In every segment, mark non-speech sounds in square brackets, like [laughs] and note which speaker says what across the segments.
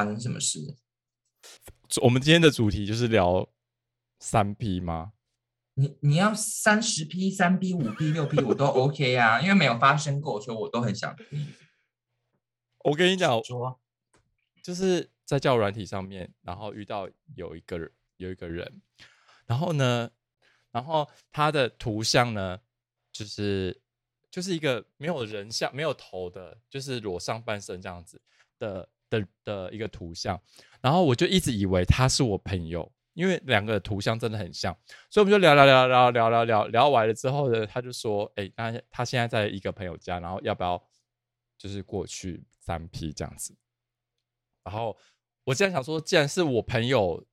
Speaker 1: 嗯什么事？
Speaker 2: 我们今天的主题就是聊三 P 吗？
Speaker 1: 你你要三十 P、三 P、五 P、六 P 我都 OK 啊，因为没有发生过，所以我都很想听。
Speaker 2: 我跟你讲，
Speaker 1: 说
Speaker 2: 就是在交友软体上面，然后遇到有一个人有一个人，然后呢，然后他的图像呢，就是就是一个没有人像、没有头的，就是裸上半身这样子的的的一个图像，然后我就一直以为他是我朋友，因为两个图像真的很像，所以我们就聊聊聊聊聊聊聊聊完了之后呢，他就说，哎、那他现在在一个朋友家，然后要不要就是过去三 P 这样子？然后我竟然想说，既然是我朋友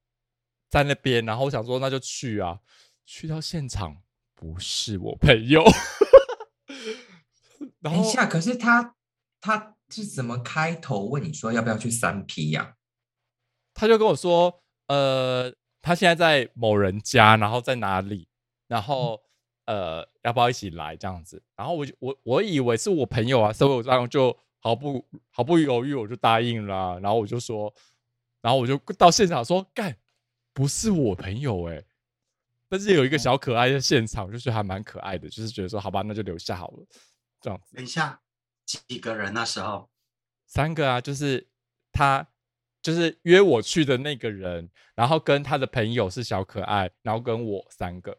Speaker 2: 在那边，然后我想说那就去啊，去到现场不是我朋友， [laughs] 然
Speaker 1: 等
Speaker 2: 后
Speaker 1: 一下，可是他他是怎么开头问你说要不要去三 P 呀、
Speaker 2: 他就跟我说，呃，他现在在某人家，然后在哪里，然后呃，要不要一起来这样子？然后我就我我以为是我朋友啊，所以我当然就毫不毫不犹豫我就答应了啊、然后我就说，然后我就到现场说，干，不是我朋友哎、但是有一个小可爱在现场，就是还蛮可爱的，就是觉得说，好吧，那就留下好了，这样子。
Speaker 3: 等一下，几个人那时候？
Speaker 2: 三个啊，就是他就是约我去的那个人，然后跟他的朋友是小可爱，然后跟我三个，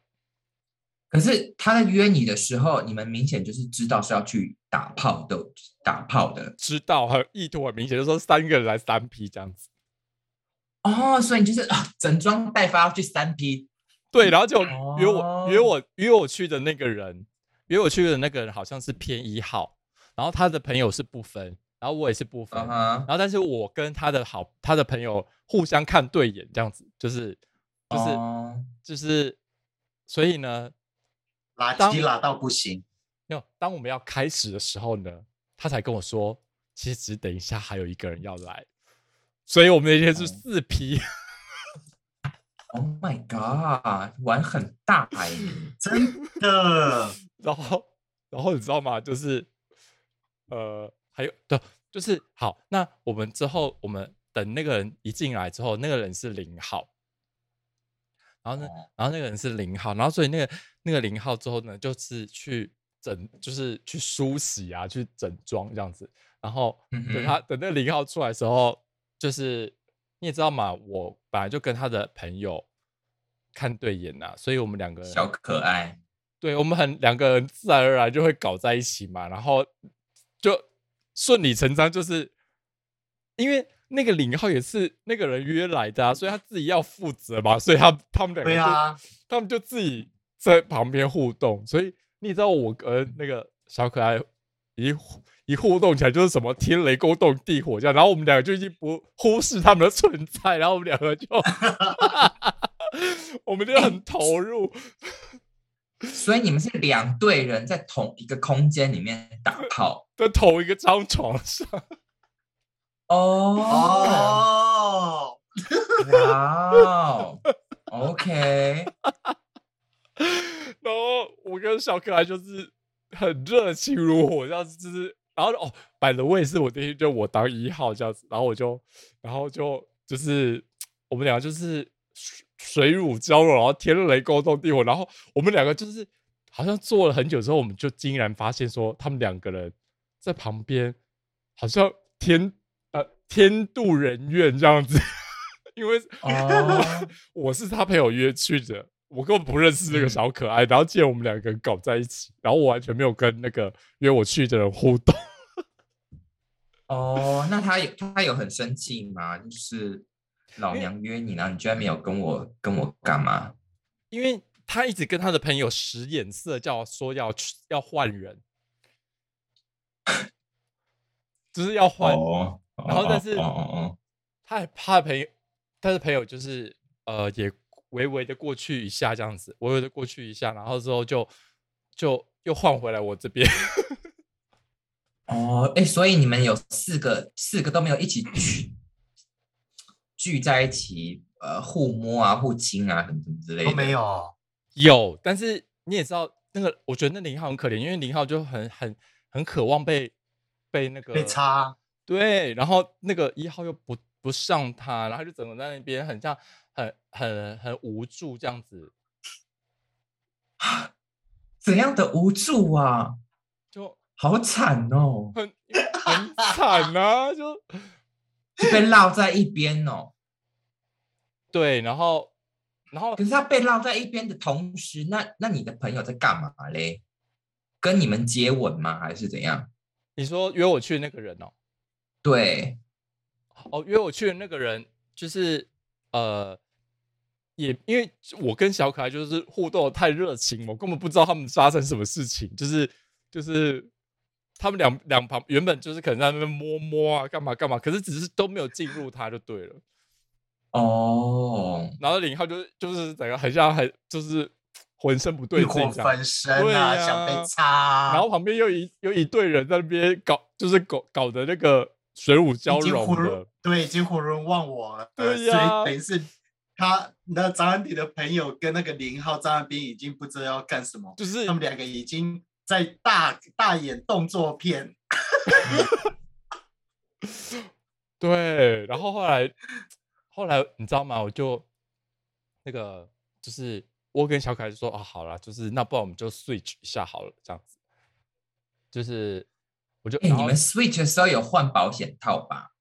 Speaker 1: 可是他在约你的时候，你们明显就是知道是要去打炮的，打炮的
Speaker 2: 知道很意图很明显，就说三个人来三 P 这样子。
Speaker 1: 哦，所以你就是啊，整装待发要去三 P，
Speaker 2: 对，然后就约我、约
Speaker 1: 哦
Speaker 2: 我约我去的那个人，约我去的那个人好像是偏一号，然后他的朋友是不分，然后我也是不分
Speaker 1: 嗯哼
Speaker 2: 然，后但是我跟他的好他的朋友互相看对眼，这样子就是就是、
Speaker 1: 哦
Speaker 2: 就是，所以呢，
Speaker 3: 垃
Speaker 2: 当
Speaker 3: 圾拉到不行，
Speaker 2: 没有，当我们要开始的时候呢，他才跟我说，其实只等一下还有一个人要来，所以我们那天是
Speaker 1: 哦
Speaker 2: 四批，
Speaker 1: Oh my god，玩很大哎、你
Speaker 3: 真
Speaker 2: [laughs]
Speaker 3: 的。
Speaker 2: 然后然后你知道吗？就是呃，还有对，就是好，那我们之后我们等那个人一进来之后，那个人是零号，然后呢，
Speaker 1: 哦
Speaker 2: 然后那个人是零号，然后所以那个那个零号之后呢，就是去整，就是去梳洗啊，去整装这样子。然后
Speaker 1: 嗯
Speaker 2: 等
Speaker 1: 哼
Speaker 2: 他、等那个零号出来的时候，就是你也知道嘛，我本来就跟他的朋友看对眼呐、所以我们两个人
Speaker 1: 小可爱，
Speaker 2: 对我们很两个人自然而然就会搞在一起嘛，然后就顺理成章，就是因为那个零号也是那个人约来的啊，所以他自己要负责嘛，所以他他们两个
Speaker 3: 对
Speaker 2: 就、
Speaker 3: 啊，
Speaker 2: 他们就自己在旁边互动，所以你知道我跟那个小可爱一互一互动起来就是什么天雷勾动地火这样，然后我们两个就已经不忽视他们的存在，然后我们两个就，我们就很投入，
Speaker 1: 所以你们是两队人在同一个空间里面打炮
Speaker 2: 在同一个张床上。 [laughs]
Speaker 1: 哦，
Speaker 3: 啊哦，
Speaker 1: 哇哦，OK，
Speaker 2: 然后我跟小可爱就是很热情如火，这样子就是，然后哦，摆的位是我那天就我当一号这样子，然后我就，然后就就是我们两个就是水水乳交融，然后天雷勾动地火，然后我们两个就是好像做了很久之后，我们就竟然发现说他们两个人在旁边好像天呃天妒人怨这样子， [laughs] 因为
Speaker 1: 哦，
Speaker 2: 我是他朋友约去的，我根本不认识那个
Speaker 1: 嗯
Speaker 2: 小可爱，然后既然我们两个人搞在一起，然后我完全没有跟那个约我去的人互动， [laughs]
Speaker 1: 哦，那他有他有很生气吗？就是老娘约你，然后你居然没有跟我跟我干嘛？
Speaker 2: 因为他一直跟他的朋友使眼色，叫我说要去要换人， [laughs] 就是要换，
Speaker 1: 哦，
Speaker 2: 然后但是
Speaker 1: 哦哦
Speaker 2: 他还他的朋友，他的朋友就是呃，也微微的过去一下这样子，微微的过去一下，然后之后就就又换回来我这边。
Speaker 1: 哦哦，哎，所以你们有四个四个都没有一起聚聚在一起，呃，互摸啊、互亲啊，什么什么之类
Speaker 3: 都
Speaker 1: 的，
Speaker 3: 没有。
Speaker 2: 有，但是你也知道，那个我觉得那零号很可怜，因为零号就很很很渴望被被那个
Speaker 3: 被插，
Speaker 2: 对，然后那个一号又不不上他，然后他就整个在那边很像很很很无助这样子，
Speaker 1: 怎样的无助啊，
Speaker 2: 就
Speaker 1: 好惨哦，
Speaker 2: 很很惨啊，就 [laughs]
Speaker 1: 就被落在一边哦。
Speaker 2: 对，然后然后
Speaker 1: 可是他被落在一边的同时，那那你的朋友在干嘛嘞？跟你们接吻吗？还是怎样？
Speaker 2: 你说约我去的那个人哦，
Speaker 1: 对，
Speaker 2: 哦，约我去的那个人就是呃，也因为我跟小可爱就是互动得太热情，我根本不知道他们发生什么事情，就是就是他们两两旁原本就是可能在那边摸摸啊，干嘛干嘛，可是只是都没有进入他就对了。
Speaker 1: 哦，
Speaker 2: 然后林浩就是就是整个很像很就是浑身不对
Speaker 3: 欲
Speaker 2: 劲这
Speaker 3: 火
Speaker 2: 样，
Speaker 3: 焚身
Speaker 2: 对
Speaker 3: 啊，
Speaker 2: 呀
Speaker 3: 想被插啊，
Speaker 2: 然后旁边又一又一队人在那边搞就是搞搞的那个水乳交
Speaker 3: 已经
Speaker 2: 融
Speaker 3: 囫
Speaker 2: 的
Speaker 3: 囵，，对，已经囫囵忘我了。
Speaker 2: 对呀
Speaker 3: 所以等于是他那张安迪的朋友跟那个林浩张安斌已经不知道要干什么，
Speaker 2: 就是
Speaker 3: 他们两个已经在大大演动作片。
Speaker 2: 对，然后后来后来你知道吗？我就那个就是我跟小可爱就说啊，好啦，就是那不然我们就 switch 一下好了，这样子。就是我就
Speaker 1: 哎、
Speaker 2: 然
Speaker 1: 你
Speaker 2: 后
Speaker 1: 们 switch 的时候有换保险套吧？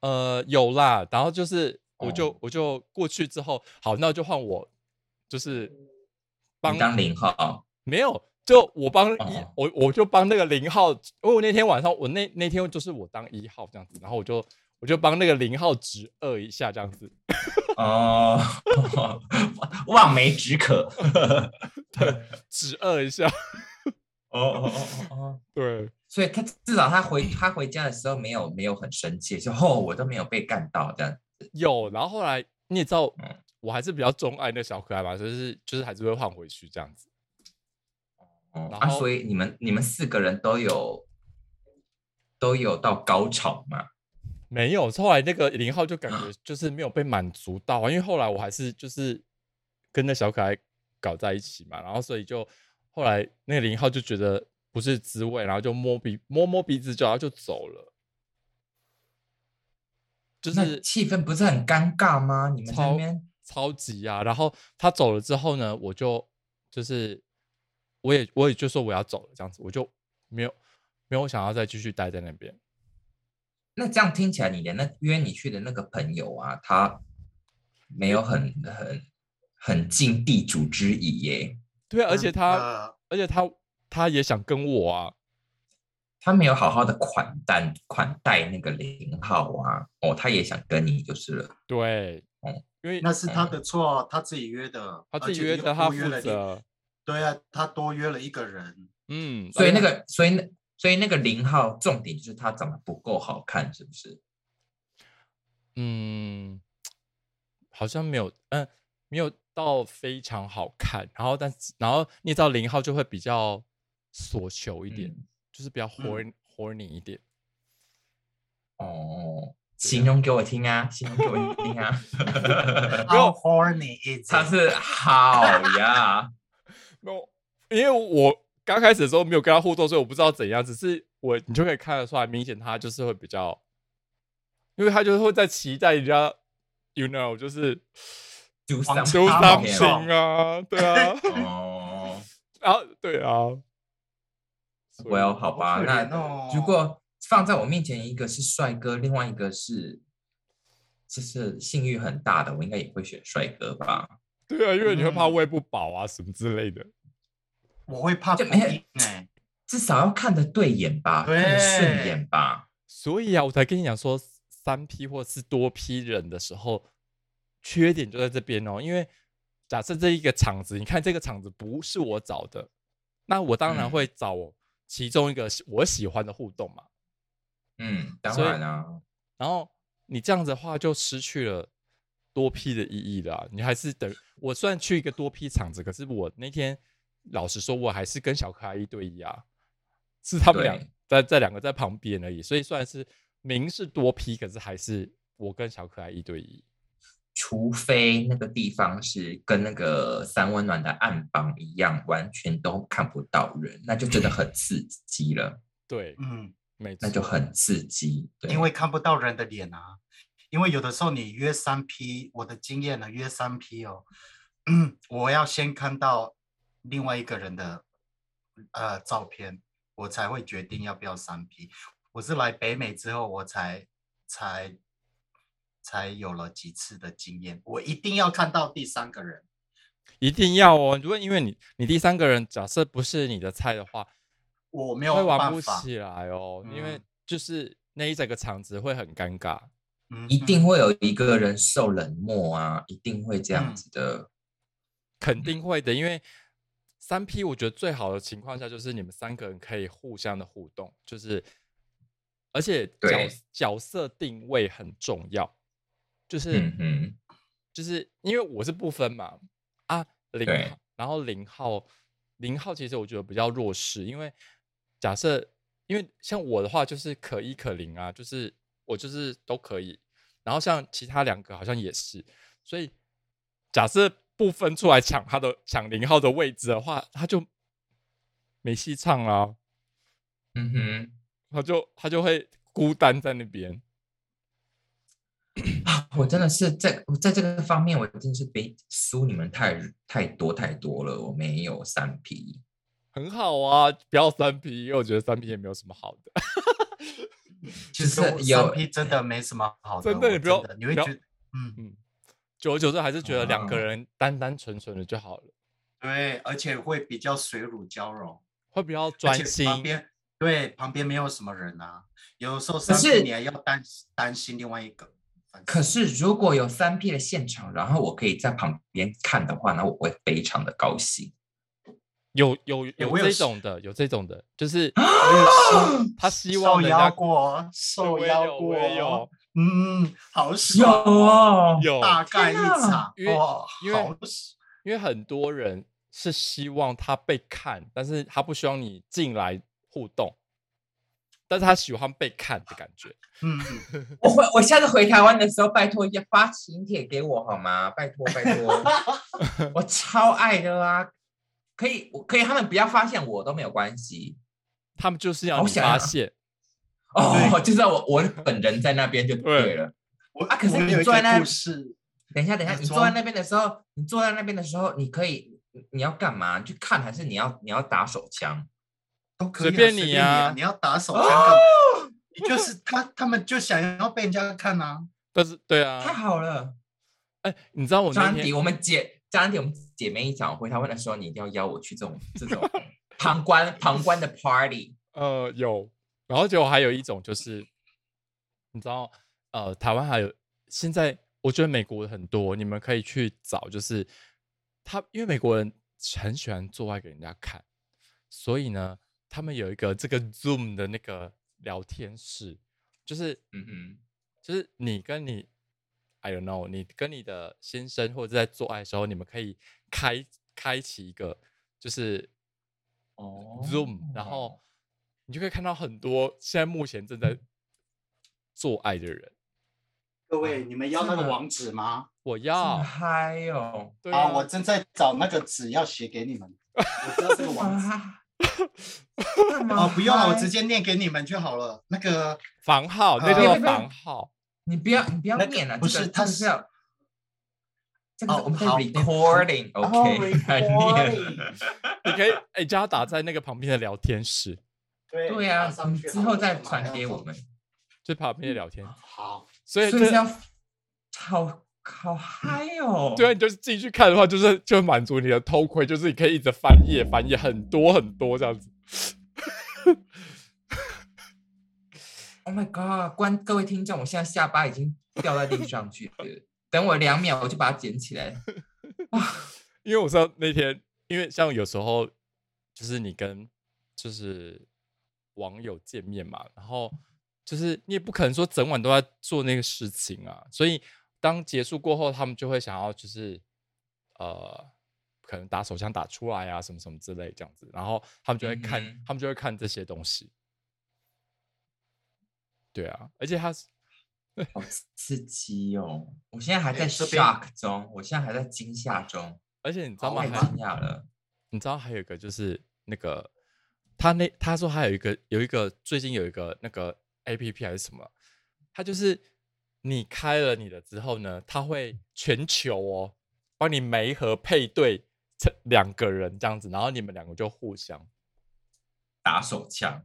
Speaker 2: 呃有啦，然后就是我就、
Speaker 1: 哦
Speaker 2: 我就过去之后，好，那就换我就是帮
Speaker 1: 你当零号，
Speaker 2: 没有，就我帮一、
Speaker 1: 哦
Speaker 2: 我我就帮那个零号，因为我那天晚上我那那天就是我当一号这样子，然后我就我就帮那个零号直二一下这样子。
Speaker 1: 哦， [laughs] 望梅止渴。
Speaker 2: 指二
Speaker 1: [laughs]
Speaker 2: 一下。
Speaker 1: 哦哦哦哦哦，
Speaker 2: 对，
Speaker 1: 所以他至少他回他回家的时候没有没有很生气，说哦我都没有被干到这样。
Speaker 2: [laughs] 有。然后后来你也知道
Speaker 1: 嗯，
Speaker 2: 我还是比较钟爱那小可爱嘛，就是就是还是会换回去这样子。
Speaker 1: 哦
Speaker 2: 然
Speaker 1: 啊，
Speaker 2: 后
Speaker 1: 所以你们你们四个人都有都有到高潮嘛？
Speaker 2: 没有，后来那个零号就感觉
Speaker 1: [clears throat]
Speaker 2: 就是没有被满足到啊，因为后来我还是就是跟那小可爱搞在一起嘛，然后所以就后来那个零号就觉得不是滋味，然后就摸鼻摸摸鼻子就然后就走了，就
Speaker 1: 那
Speaker 2: 是
Speaker 1: 气氛不是很尴尬吗？你们在那
Speaker 2: 超
Speaker 1: 边
Speaker 2: 超级啊！然后他走了之后呢，我就就是我也我也就说我要走了，这样子我就没有没有想要再继续待在那边。
Speaker 1: 那这样听起来，你的那约你去的那个朋友啊，他没有很很很尽地主之谊耶，
Speaker 2: 对啊，而
Speaker 1: 嗯
Speaker 2: 且
Speaker 3: 真
Speaker 2: 他、
Speaker 3: 的
Speaker 2: 而且他他也想跟我啊，
Speaker 1: 他没有好好的款待款待那个零号啊，哦，他也想跟你就是了，
Speaker 2: 对，
Speaker 1: 嗯
Speaker 2: 因为
Speaker 3: 那是他的错，他自己约的，
Speaker 2: 他
Speaker 1: 呃
Speaker 2: 自己
Speaker 3: 而且
Speaker 2: 约
Speaker 3: 又
Speaker 2: 的，他
Speaker 3: 多约
Speaker 2: 负
Speaker 3: 了一
Speaker 2: 责。
Speaker 3: 对啊，他多约了一个人，
Speaker 2: 嗯，
Speaker 1: 所以
Speaker 2: 而
Speaker 1: 那
Speaker 2: 且
Speaker 1: 个所以那所以那个零号重点就是他长得不够好看，是不是？
Speaker 2: 嗯，好像没有，嗯，没有到非常好看。然后但是然后你也知道零号就会比较索求一点，
Speaker 1: 嗯
Speaker 2: 就是比较 horn、horny 一点。
Speaker 1: 哦，形容给我听啊，形容给我听啊，
Speaker 3: ，How horny is
Speaker 1: 他
Speaker 3: it？
Speaker 1: 是好呀，
Speaker 2: 没有，因为我刚开始的时候没有跟他互动，所以我不知道怎样。只是我你就可以看得出来，明显他就是会比较，因为他就是会在期待人家，you know，就是
Speaker 1: 就
Speaker 3: 王
Speaker 1: 三
Speaker 2: 求
Speaker 3: 秋
Speaker 1: 八
Speaker 3: 三
Speaker 1: 片
Speaker 2: something 啊，对啊，
Speaker 1: 哦。
Speaker 2: 然后对啊。所以
Speaker 1: Well，好吧，
Speaker 3: 可
Speaker 1: 那
Speaker 3: 怜哦
Speaker 1: 如果放在我面前，一个是帅哥，另外一个是就是性欲很大的，我应该也会选帅哥吧？
Speaker 2: 对啊，因为你会怕
Speaker 3: 嗯
Speaker 2: 喂不饱啊，什么之类的。
Speaker 3: 我会怕不
Speaker 1: 就没
Speaker 3: 应哎，
Speaker 1: 至少要看得对眼吧，看得顺
Speaker 3: 对
Speaker 1: 眼吧。
Speaker 2: 所以啊，我才跟你讲说，三批或是多批人的时候，缺点就在这边哦。因为假设这一个场子，你看这个场子不是我找的，那我当然
Speaker 1: 嗯
Speaker 2: 会找其中一个喜我喜欢的互动嘛。
Speaker 1: 嗯，当
Speaker 2: 所以
Speaker 1: 然啊，
Speaker 2: 然后你这样子的话，就失去了多批的意义了啊、你还是等我虽然去一个多批场子，可是我那天老实说，我还是跟小可爱一对一啊，是他们俩
Speaker 1: 对
Speaker 2: 在在两个在旁边而已。所以虽然是明是多批，可是还是我跟小可爱一对一。
Speaker 1: 除非那个地方是跟那个三温暖的暗房一样，完全都看不到人，那就真的很刺激了。
Speaker 2: 对，
Speaker 3: 嗯，
Speaker 2: 没错，
Speaker 1: 那就很刺激。对，
Speaker 3: 因为看不到人的脸啊。因为有的时候你约三 P，我的经验呢，约三 P 哦，我要先看到另外一个人的呃照片，我才会决定要不要三 P。我是来北美之后，我才才才有了几次的经验，我一定要看到第三个人。
Speaker 2: 一定要哦。如果因为你你第三个人假设不是你的菜的话，
Speaker 3: 我没
Speaker 2: 会
Speaker 3: 有
Speaker 2: 玩
Speaker 3: 办
Speaker 2: 不
Speaker 3: 法，
Speaker 2: 起来哦，因为
Speaker 3: 嗯
Speaker 2: 就是那一整个场子会很尴尬。
Speaker 3: 嗯
Speaker 1: 一定会有一个人受冷漠啊，一定会这样
Speaker 3: 嗯
Speaker 1: 子的。
Speaker 2: 肯定会的，因为三 P 我觉得最好的情况下就是你们三个人可以互相的互动，就是而且角
Speaker 1: 对
Speaker 2: 角色定位很重要，就是、
Speaker 1: 嗯哼，
Speaker 2: 就是因为我是不分嘛啊零
Speaker 1: 对
Speaker 2: 号，然后零号零号其实我觉得比较弱势，因为假设因为像我的话就是可一可零啊，就是我就是都可以，然后像其他两个好像也是，所以假设不分出来抢他的抢零号的位置的话，他就没戏唱啦、
Speaker 1: 嗯哼。
Speaker 2: 他就他就会孤单在那边。
Speaker 1: 啊，我真的是在我在这个方面，我真是比输你们太太多太多了。我没有三 P，
Speaker 2: 很好啊，不要三 P，因为我觉得三 P 也没有什么好的。
Speaker 1: 就
Speaker 3: 其实
Speaker 1: 是
Speaker 3: 我
Speaker 1: 有
Speaker 3: 三 P 真的没什么好的，
Speaker 2: 真的
Speaker 3: 我
Speaker 2: 你不要
Speaker 3: 你会
Speaker 2: 不要
Speaker 3: 觉得嗯
Speaker 2: 嗯，久而久之还是觉得两
Speaker 3: 哦
Speaker 2: 个
Speaker 1: 啊
Speaker 2: 人单单纯纯的就好了，
Speaker 3: 对，而且会比较水乳交融。
Speaker 2: 会比较
Speaker 3: 而
Speaker 2: 专
Speaker 3: 且
Speaker 2: 心。
Speaker 3: 旁边对旁边没有什么人啊，有时候
Speaker 1: 可
Speaker 3: 三
Speaker 1: 是
Speaker 3: P 你还要担担心另外一个。反
Speaker 1: 可
Speaker 3: 正
Speaker 1: 是如果有三 P 的现场，然后我可以在旁边看的话，那我会非常的高兴。
Speaker 2: 有有有
Speaker 3: 我有
Speaker 2: 这
Speaker 3: 试
Speaker 2: 种的，有这种的，就是
Speaker 3: 我有希
Speaker 2: 他希望
Speaker 3: 受
Speaker 2: 人
Speaker 3: 邀
Speaker 2: 家
Speaker 3: 过，
Speaker 2: 对
Speaker 3: 受
Speaker 2: 我也
Speaker 3: 邀
Speaker 2: 有，
Speaker 3: 过
Speaker 2: 我，也有
Speaker 3: 嗯，好
Speaker 1: 有
Speaker 3: 爽哦，
Speaker 1: 哦，
Speaker 2: 有，啊
Speaker 3: 大概一
Speaker 1: 天哪
Speaker 3: 场
Speaker 2: 因为
Speaker 3: 哦，
Speaker 2: 因为
Speaker 3: 好爽
Speaker 2: 因为很多人是希望他被看，但是他不希望你进来互动，但是他喜欢被看的感觉。
Speaker 1: [laughs]
Speaker 3: 嗯，
Speaker 1: 我回我下次回台湾的时候，拜托要发请帖给我好吗？拜托拜
Speaker 2: [laughs]
Speaker 1: 托，我超爱的啊！可以，我可以，他们不要发现我都没有关系
Speaker 2: 他们就是要
Speaker 1: 好
Speaker 2: 你
Speaker 1: 想
Speaker 2: 发
Speaker 1: 要
Speaker 2: 现，
Speaker 1: 哦，就知道我我本人在那边就对了。
Speaker 3: 我
Speaker 1: 啊可是
Speaker 3: 我
Speaker 1: 你
Speaker 3: 有一
Speaker 1: 坐在那
Speaker 3: 个故事，
Speaker 1: 等一下，等一下，
Speaker 2: 哎
Speaker 3: 你
Speaker 1: 你坐
Speaker 3: 说
Speaker 1: 在那边的时候，你坐在那边的时候，你可以，你你要干嘛？你去看，还是你要你要打手枪？
Speaker 3: 都可以
Speaker 2: 随
Speaker 3: 啊，
Speaker 2: 便
Speaker 3: 随
Speaker 2: 你
Speaker 3: 便啊
Speaker 2: 啊
Speaker 3: 你要打手枪
Speaker 1: 哦
Speaker 3: 干嘛，你就是他他们就想要被人家看啊，
Speaker 2: 但是对
Speaker 1: 太
Speaker 2: 啊，
Speaker 1: 好了，
Speaker 2: 哎、你知道我那
Speaker 1: 张迪，
Speaker 2: 天
Speaker 1: 我们姐张迪，我们姐妹一场回台湾的时候，你一定要邀我去这种这
Speaker 2: [laughs]
Speaker 1: 种旁观旁观的 party。
Speaker 2: 呃有，然后结果还有一种就是，你知道呃台湾还有现在我觉得美国很多，你们可以去找，就是他因为美国人很喜欢做爱给人家看，所以呢，他们有一个这个 Zoom 的那个聊天室，就是
Speaker 1: 嗯哼，
Speaker 2: 就是你跟你，I don't know，你跟你的先生或者在做爱的时候，你们可以开开启一个就是
Speaker 1: 哦
Speaker 2: Zoom，、然后你就可以看到很多现在目前正在做爱的人。
Speaker 3: 各位你们要那个
Speaker 1: 是吗
Speaker 3: 网址吗？
Speaker 2: 我
Speaker 1: 好
Speaker 2: 要，
Speaker 1: 嗨哦！
Speaker 2: 对
Speaker 3: 啊，
Speaker 2: 啊，
Speaker 3: 我正在找那个纸要写给
Speaker 1: [laughs]
Speaker 3: 你们，我知道这个网址。
Speaker 1: 啊，
Speaker 2: [laughs]
Speaker 3: 哦，不用了，我直
Speaker 1: 接。
Speaker 3: 接念给你们就好了。那个
Speaker 2: 房号，那
Speaker 3: 啊
Speaker 2: 叫
Speaker 1: 别别
Speaker 2: 做
Speaker 1: 别
Speaker 2: 房号。
Speaker 1: 你不要，你不要
Speaker 3: 那个
Speaker 1: 念了，
Speaker 3: 不
Speaker 1: 这个
Speaker 3: 是
Speaker 1: 这
Speaker 3: 它
Speaker 1: 个
Speaker 3: 是
Speaker 1: 是要，这个是
Speaker 3: 哦
Speaker 1: 我们在
Speaker 3: 好
Speaker 1: recording，OK，很 [laughs] 念了。
Speaker 2: 你可以，哎、叫他打在那个旁边的聊天室，
Speaker 3: 对
Speaker 1: 对呀、啊，你之后再传给我。们。
Speaker 2: 就旁边的聊天。
Speaker 3: 好，
Speaker 2: 所以
Speaker 1: 所以
Speaker 2: 这
Speaker 1: 是，要好好嗨哦！
Speaker 2: [laughs] 对啊，你就是自己去看的话，就是就会满足你的偷窥，就是你可以一直翻页翻页很多很多这样子。
Speaker 1: ，Oh my god！观各位听众，我现在下巴已经掉在地上去了，等我两秒我就把它捡起来。
Speaker 2: 因为我知道那天，因为像有时候就是你跟就是网友见面嘛，然后就是你也不可能说整晚都在做那个事情啊，所以当结束过后，他们就会想要就是呃，可能打手枪打出来啊，什么什么之类这样子，然后他们就会看，
Speaker 1: 嗯哼
Speaker 2: 他们就会看这些东西。对啊，而且他是
Speaker 1: 好哦刺激哦！我现在还在
Speaker 3: 哎这边
Speaker 1: shock 中，我现在还在惊吓中，
Speaker 2: 而且你知道吗？
Speaker 1: 太
Speaker 2: 还
Speaker 1: 惊讶了。
Speaker 2: 你知道还有一个就是那个他那他说他有一个有一个最近有一个那个 A P P 还是什么，他就是你开了你的之后呢，他会全球哦帮你媒合配对成两个人这样子，然后你们两个就互相
Speaker 1: 打手枪，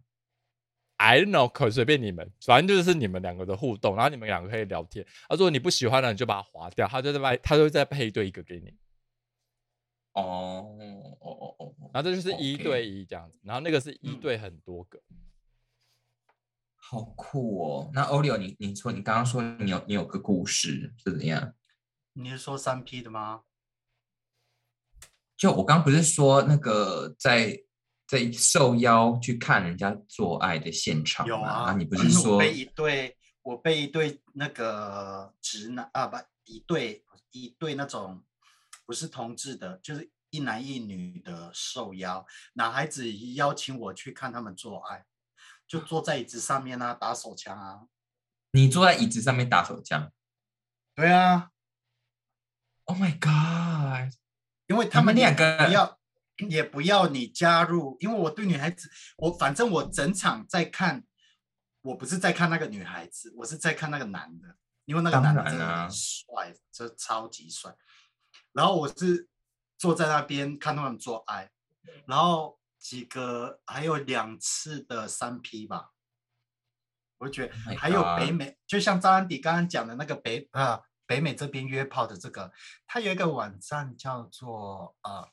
Speaker 2: I don't know，可随便你们，反正就是你们两个的互动，然后你们两个可以聊天。啊，如果你不喜欢了，你就把它划掉，他就再把他就再配对一个给你，
Speaker 1: 哦哦哦哦哦，
Speaker 2: 然后这就是一
Speaker 1: OK
Speaker 2: 对一这样子，然后那个是一
Speaker 3: 嗯
Speaker 2: 对很多个，
Speaker 1: 好酷哦。那 Olio，你你说你刚刚说你有你有个故事是怎样？
Speaker 3: 你是说三 P 的吗？
Speaker 1: 就我刚不是说那个在在受邀去看人家做爱的现场
Speaker 3: 有
Speaker 1: 吗？
Speaker 3: 啊，
Speaker 1: 你不
Speaker 2: 嗯
Speaker 1: 是说
Speaker 3: 我被一对我被一对那个直男啊不一对一对那种不是同志的，就是一男一女的受邀，男孩子邀请我去看他们做爱，就坐在椅子上面啊，打手枪啊，
Speaker 1: 你坐在椅子上面打手枪
Speaker 3: 对啊，
Speaker 1: ？Oh my god！
Speaker 3: 因为
Speaker 1: 你
Speaker 3: 他
Speaker 1: 们
Speaker 3: 们
Speaker 1: 两
Speaker 3: 也
Speaker 1: 个
Speaker 3: 不要，也不要你加入，因为我对女孩子，我反正我整场在看，我不是在看那个女孩子，我是在看那个男的，因为那个
Speaker 1: 当
Speaker 3: 男的
Speaker 1: 然
Speaker 3: 真的
Speaker 1: 啊
Speaker 3: 很帅，真的超级帅。然后我是坐在那边看他们做爱，然后几个还有两次的三 P 吧，我就觉得
Speaker 1: Oh my
Speaker 3: 还有北
Speaker 1: God
Speaker 3: 美，就像张安迪刚刚讲的那个北啊、北美这边约炮的这个，它有一个网站叫做呃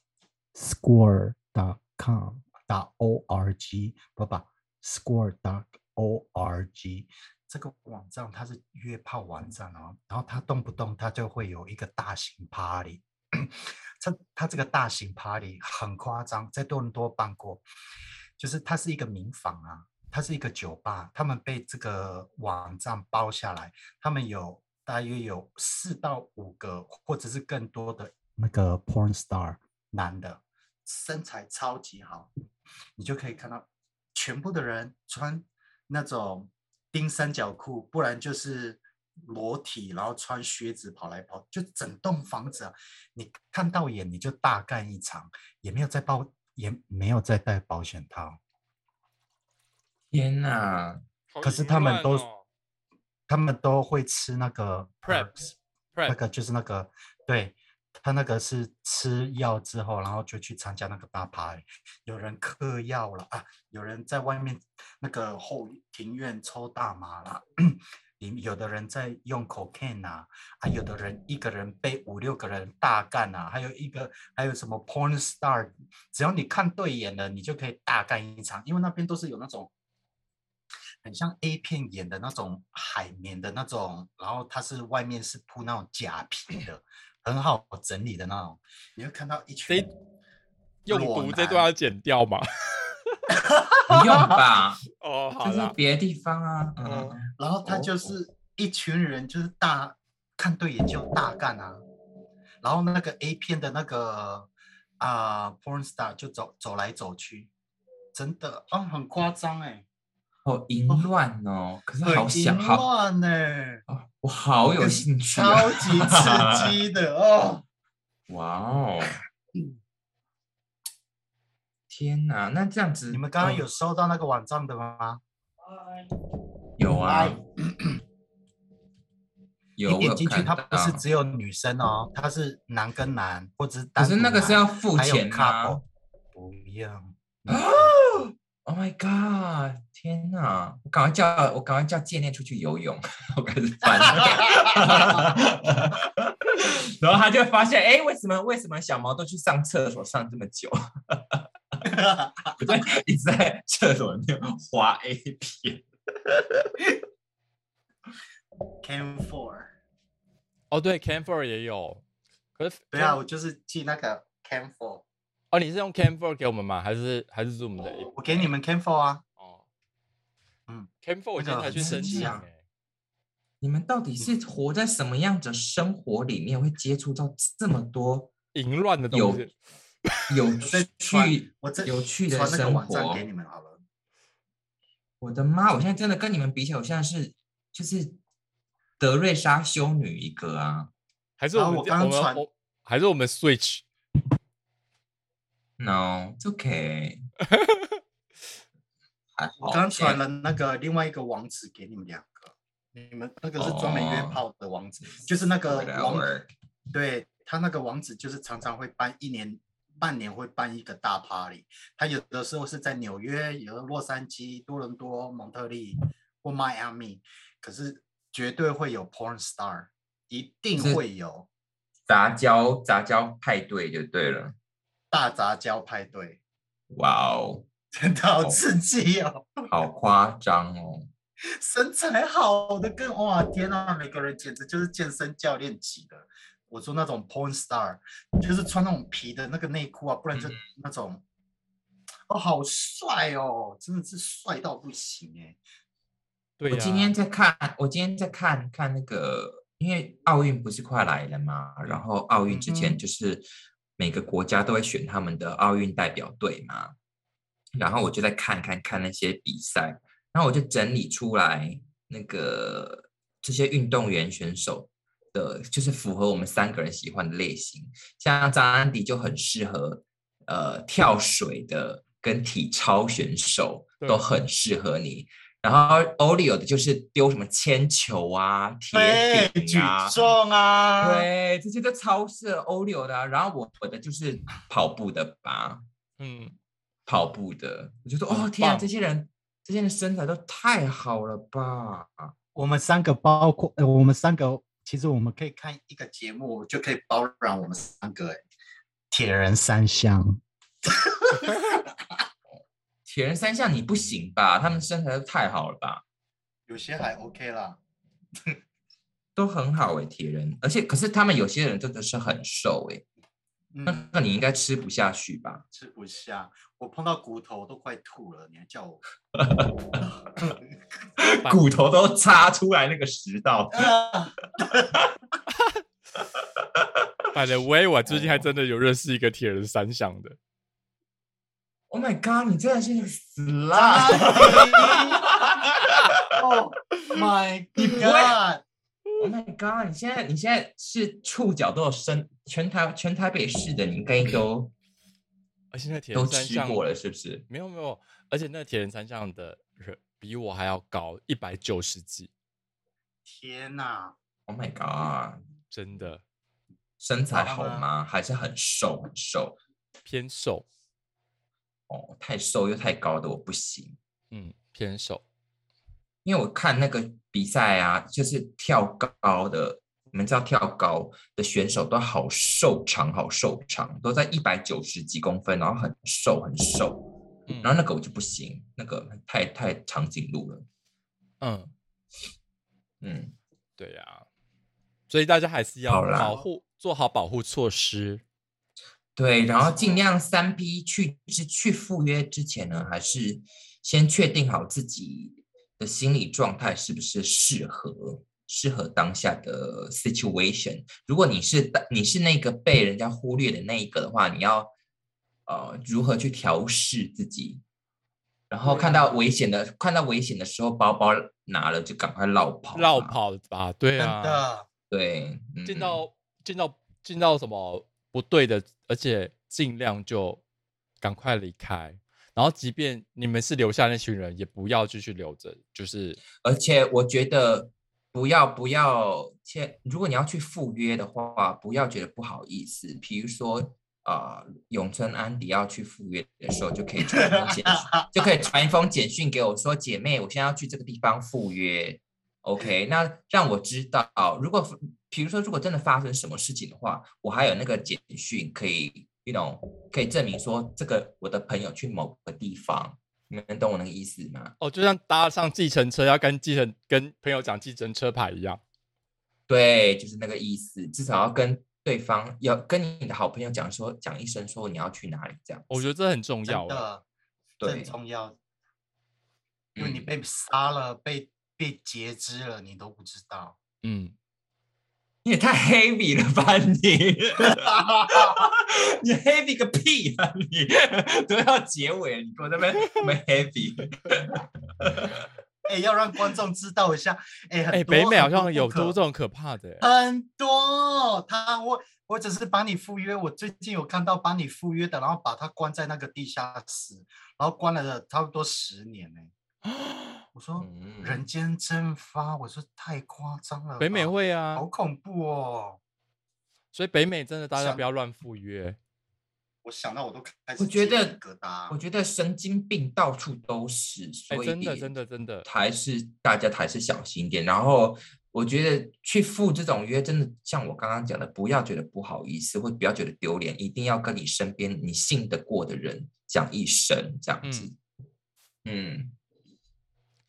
Speaker 3: score.com 打 org 不不 score.org 这个网站它是约炮网站哦，然后它动不动它就会有一个大型 party。它它 [clears throat] 这个大型 party 很夸张，在多伦多办过，就是它是一个民房啊，它是一个酒吧，他们被这个网站包下来，他们有大约有四到五个或者是更多的那个 porn star 男的，身材超级好，你就可以看到全部的人穿那种钉三角裤，不然就是裸体，然后穿靴子跑来跑，就整栋房子啊，你看到眼你就大干一场，也没有再包，也没有再带保险套。
Speaker 1: 天
Speaker 2: [laughs]
Speaker 1: 哪！
Speaker 3: 可是他们都
Speaker 2: 哦
Speaker 3: 他们都会吃那个
Speaker 2: [laughs] Prep
Speaker 3: herbs，那
Speaker 2: prep
Speaker 3: 个就是那个，对他那个是吃药之后，然后就去参加那个大牌，有人嗑药了啊，有人在外面那个后庭院抽大麻 [clears throat] 啦，你有的人在用 cocaine 啊，啊，有的人一个人被五六个人大干啊，还有一个还有什么 porn star，只要你看对眼了，你就可以大干一场，因为那边都是有那种很像 A 片演的那种海绵的那种，然后它是外面是铺那种假皮的，很好整理的那种，你会看到一群
Speaker 2: 用
Speaker 3: 裸
Speaker 2: 毒这
Speaker 3: 男
Speaker 2: 段要剪掉
Speaker 3: [laughs]
Speaker 2: 嘛？
Speaker 1: 不用吧，
Speaker 2: 哦，好
Speaker 1: 就是
Speaker 2: 啦，
Speaker 1: 别的地方啊。嗯嗯嗯
Speaker 3: 然后他
Speaker 1: 哦
Speaker 3: 就
Speaker 1: 哦
Speaker 3: 是一群人，就是大看对眼就大干啊。然后那个 A 片的那个啊、porn star 就走走来走去，真的啊、很夸张哎、
Speaker 1: 好淫乱哦，可是
Speaker 3: 很
Speaker 1: 好想
Speaker 3: 淫
Speaker 1: 好，
Speaker 3: 乱哎、
Speaker 1: 哦我好有
Speaker 3: 嗯
Speaker 1: 兴趣啊！
Speaker 3: 超级刺激
Speaker 1: [laughs]
Speaker 3: 的哦。
Speaker 1: 哇哦！天哪，那这样子，
Speaker 3: 你们刚刚
Speaker 1: 嗯
Speaker 3: 有收到那个网站的吗？呃
Speaker 1: 有啊
Speaker 3: 哎？
Speaker 1: 有，
Speaker 3: 你
Speaker 1: 我
Speaker 3: 点
Speaker 1: 有
Speaker 3: 进去，
Speaker 1: 看
Speaker 3: 它
Speaker 1: 到。
Speaker 3: 不是只有女生哦，它是男跟男，或者是
Speaker 1: 可
Speaker 3: 单
Speaker 1: 是
Speaker 3: 独
Speaker 1: 那个是
Speaker 3: 男
Speaker 1: 要付
Speaker 3: 还有
Speaker 1: 钱啊吗
Speaker 3: couple？不要。
Speaker 1: ？Oh my god！天哪，我赶快叫我赶快叫界念出去游泳，我开始翻。 [laughs] 然后他就发现，哎，为什么为什么小毛都去上厕所上这么久？ [laughs] 我在一直在厕所里面滑 A 片。
Speaker 3: Cam Four，
Speaker 2: 哦对，Camfor 也有，可是
Speaker 3: 对啊，
Speaker 2: ，Cam-
Speaker 3: 我就是记那个 Cam Four，
Speaker 2: 哦，你是用 Camfor 给我们吗？还是还是 Zoom 的 app？
Speaker 3: 我给你们 Cam Four 啊，
Speaker 2: 哦，
Speaker 3: 嗯
Speaker 2: ，Camfor 我今
Speaker 3: 那
Speaker 2: 天
Speaker 3: 个
Speaker 2: 才
Speaker 3: 很
Speaker 2: 去
Speaker 3: 刺
Speaker 2: 申
Speaker 3: 激
Speaker 2: 请
Speaker 3: 啊
Speaker 2: 欸
Speaker 1: 你们到底是活在什么样的生活里面，会接触到这么多
Speaker 2: 淫乱的
Speaker 1: 有
Speaker 2: 东西，
Speaker 1: 有
Speaker 3: 再传
Speaker 1: 趣？
Speaker 3: 我这
Speaker 1: 有趣的
Speaker 3: 传那个
Speaker 1: 生
Speaker 3: 网站
Speaker 1: 活哦
Speaker 3: 给你们好了。
Speaker 1: 我的妈！我现在真的跟你们比起来，我现在是就是德瑞莎修女一个啊。
Speaker 2: 还是
Speaker 3: 然
Speaker 2: 我
Speaker 3: 后
Speaker 2: 们
Speaker 3: 我
Speaker 2: 这
Speaker 3: 刚
Speaker 2: 我
Speaker 3: 刚
Speaker 2: 们
Speaker 3: 传
Speaker 2: 我还是我们 Switch？
Speaker 3: [laughs]
Speaker 1: No，it's okay。还好
Speaker 3: 我刚传了那个另外一个网址给你们两个，你们那个是专门约
Speaker 1: 哦
Speaker 3: 炮的网址，就是那个网
Speaker 1: whatever
Speaker 3: 对他那个网址就是常常会办一年、半年会办一个大 party，他有的时候是在纽约，有的洛杉矶、多伦多、蒙特利或迈阿密，可是绝对会有 porn star，一定
Speaker 1: 是
Speaker 3: 会有
Speaker 1: 杂交杂交派对就对了。
Speaker 3: 大杂交派对，
Speaker 1: 哇哦，
Speaker 3: 真的好刺激哦！
Speaker 1: 好夸张哦！
Speaker 3: 身材好的更哇天啊，每个人简直就是健身教练级的。我说那种 porn star，就是穿那种皮的那个内裤啊，不然就那种，哦，好帅哦，真的是帅到不行哎、
Speaker 2: 对
Speaker 1: 我
Speaker 2: 呀、
Speaker 1: 今天在看，我今天在看看那个，因为奥运不是快来了嘛，然后奥运之
Speaker 3: 嗯
Speaker 1: 前
Speaker 3: 哼
Speaker 1: 就是每个国家都会选他们的奥运代表队嘛，然后我就在看看看那些比赛，然后我就整理出来那个这些运动员选手的，就是符合我们三个人喜欢的类型，像张安迪就很适合呃跳水的跟体操选手
Speaker 2: 对
Speaker 1: 都很适合你。然后 Olio 的就是丢什么铅球啊、铁
Speaker 3: 对，
Speaker 1: 饼
Speaker 3: 哎举
Speaker 1: 啊，
Speaker 3: 重啊，
Speaker 1: 对，这些都超适合 Olio 的啊、然后我我的就是跑步的吧，
Speaker 2: 嗯，
Speaker 1: 跑步的，我就说
Speaker 3: 很
Speaker 1: 哦天啊，
Speaker 3: 棒
Speaker 1: 这些人这些人身材都太好了吧？
Speaker 3: 我们三个包括，呃，我们三个其实我们可以看一个节目就可以包揽我们三个哎、铁人三项，
Speaker 1: 铁人三项你不行吧？他们身材都太好了吧？
Speaker 3: 有些还 OK 啦，
Speaker 1: 都很好诶、铁人，而且可是他们有些人真的是很瘦诶、那
Speaker 3: 嗯。
Speaker 1: 那你应该吃不下去
Speaker 3: [laughs]
Speaker 1: 吧？
Speaker 3: 吃不下，我碰到骨头都快吐了，你还叫我？
Speaker 2: 吧
Speaker 1: 骨头都插出来那个食道，
Speaker 3: 啊
Speaker 2: 摆了喂，我最
Speaker 1: 哦
Speaker 2: 近还真的有认识一个铁人三项的，
Speaker 1: Oh my god！你真的是个死
Speaker 3: 阿
Speaker 1: 啦！
Speaker 3: 迪 Oh my
Speaker 1: 不
Speaker 3: God！
Speaker 1: Oh my god！你现在你现在是触角都有伸，全台全台北市的你应该都
Speaker 2: 而且那铁
Speaker 1: 都
Speaker 2: 人三
Speaker 1: 吃
Speaker 2: 项
Speaker 1: 过了，是不是？
Speaker 2: 没有没有，而且那铁人三项的人比我还要高，一百九十几，
Speaker 3: 天哪，
Speaker 1: Oh my god！
Speaker 2: 真的
Speaker 1: 身材好
Speaker 2: 啊
Speaker 3: 好
Speaker 1: 吗？还是很瘦很瘦
Speaker 2: 偏瘦，
Speaker 1: 哦，太瘦又太高的我不行，
Speaker 2: 嗯，偏瘦，
Speaker 1: 因为我看那个比赛啊，就是跳高的，你们知道跳高的选手都好瘦长，好瘦长，都在一百九十几公分，然后很瘦很瘦，
Speaker 2: 嗯
Speaker 1: 然后那个我就不行，那个太太长颈鹿了，
Speaker 2: 嗯，
Speaker 1: 嗯，
Speaker 2: 对呀、所以大家还是要
Speaker 1: 好啦
Speaker 2: 保护，做好保护措施。
Speaker 1: 对，然后尽
Speaker 3: 错
Speaker 1: 量三 P 去之去赴约之前呢，还是先确定好自己的心理状态是不是适合适合当下的 situation。如果你是当你是那个被人家忽略的那一个的话，你要呃如何去调试自己？然后
Speaker 3: 对
Speaker 1: 看
Speaker 3: 啊
Speaker 1: 到危险的，看到危险的时候，包包拿了就赶快绕跑，
Speaker 2: 绕，跑吧，对
Speaker 3: 真
Speaker 2: 啊，
Speaker 3: 的
Speaker 1: 对，嗯
Speaker 2: 进
Speaker 1: 嗯
Speaker 2: 到进到进到什么不对的，而且尽量就赶快离开。然后，即便你们是留下那群人，也不要继续留着，就是
Speaker 1: 而且我觉得不要不要签，如果你要去赴约的话，不要觉得不好意思。比如说，呃，永春安迪要去赴约的时候，就可以传一封简讯，就可以传一封简讯给我说，姐妹，我现在要去这个地方赴约。OK，那让我知道，如果比如说如果真的发生什么事情的话，我还有那个简讯可以，you know，可以证明说这个我的朋友去某个地方，你们懂我那个意思吗？
Speaker 2: 哦，就像搭上计程车要跟计程跟朋友讲计程车牌一样。
Speaker 1: 对，就是那个意思，至少要跟对方要跟你的好朋友讲说，讲一声说你要去哪里这样。
Speaker 2: 我觉得这很重要
Speaker 3: 真
Speaker 2: 啊。
Speaker 3: 的，这
Speaker 1: 对
Speaker 3: 很，重要，因为你
Speaker 1: 嗯
Speaker 3: 被杀了，被被截肢了，你都不知道。
Speaker 2: 嗯，
Speaker 1: 你也太 heavy 了吧
Speaker 2: [laughs]
Speaker 1: 你，你 heavy 个屁啊
Speaker 2: [laughs]
Speaker 1: 你！都要结尾了，你给我在那边那么 heavy。
Speaker 3: 哎、要让观众知道一下，哎、很
Speaker 2: 哎，
Speaker 3: 多
Speaker 2: 北美
Speaker 3: 很
Speaker 2: 好像
Speaker 3: 多
Speaker 2: 有
Speaker 3: 不可
Speaker 2: 多这种可怕的欸，
Speaker 3: 很多，他我我只是把你赴约，我最近有看到把你赴约的，然后把他关在那个地下室，然后关了差不多十
Speaker 2: [gasps]
Speaker 3: 年呢、我说、
Speaker 1: 嗯
Speaker 3: 人间蒸发，我说太夸张了吧，
Speaker 2: 北美会啊，
Speaker 3: 好恐怖哦！
Speaker 2: 所以北美真的大家
Speaker 3: 像
Speaker 2: 不要乱赴约。
Speaker 3: 我想到我都开始
Speaker 1: 我觉
Speaker 3: 鸡皮
Speaker 1: 得
Speaker 3: 疙瘩，
Speaker 1: 我觉得神经病到处都是，
Speaker 2: 哎、
Speaker 1: 所以
Speaker 2: 真的真的真的，
Speaker 1: 还是大家还是小心一点。然后我觉得去赴这种约，真的像我刚刚讲的，不要觉得不好意思，或不要觉得丢脸，一定要跟你身边你信得过的人讲一声，这样子。嗯，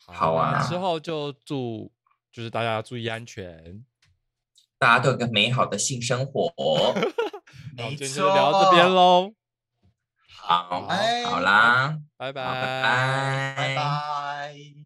Speaker 1: 好啊
Speaker 2: 之后就祝就是大家要注意安全。
Speaker 1: 大家都有个美好的性生 [laughs] 活。
Speaker 2: 那我
Speaker 3: 没
Speaker 2: 们今哦天就
Speaker 3: 错，
Speaker 2: 聊到这边喽，
Speaker 1: 好，
Speaker 3: 哎
Speaker 1: 好啦，
Speaker 2: 拜
Speaker 1: 好，拜
Speaker 2: 拜
Speaker 1: 拜，
Speaker 3: 拜拜。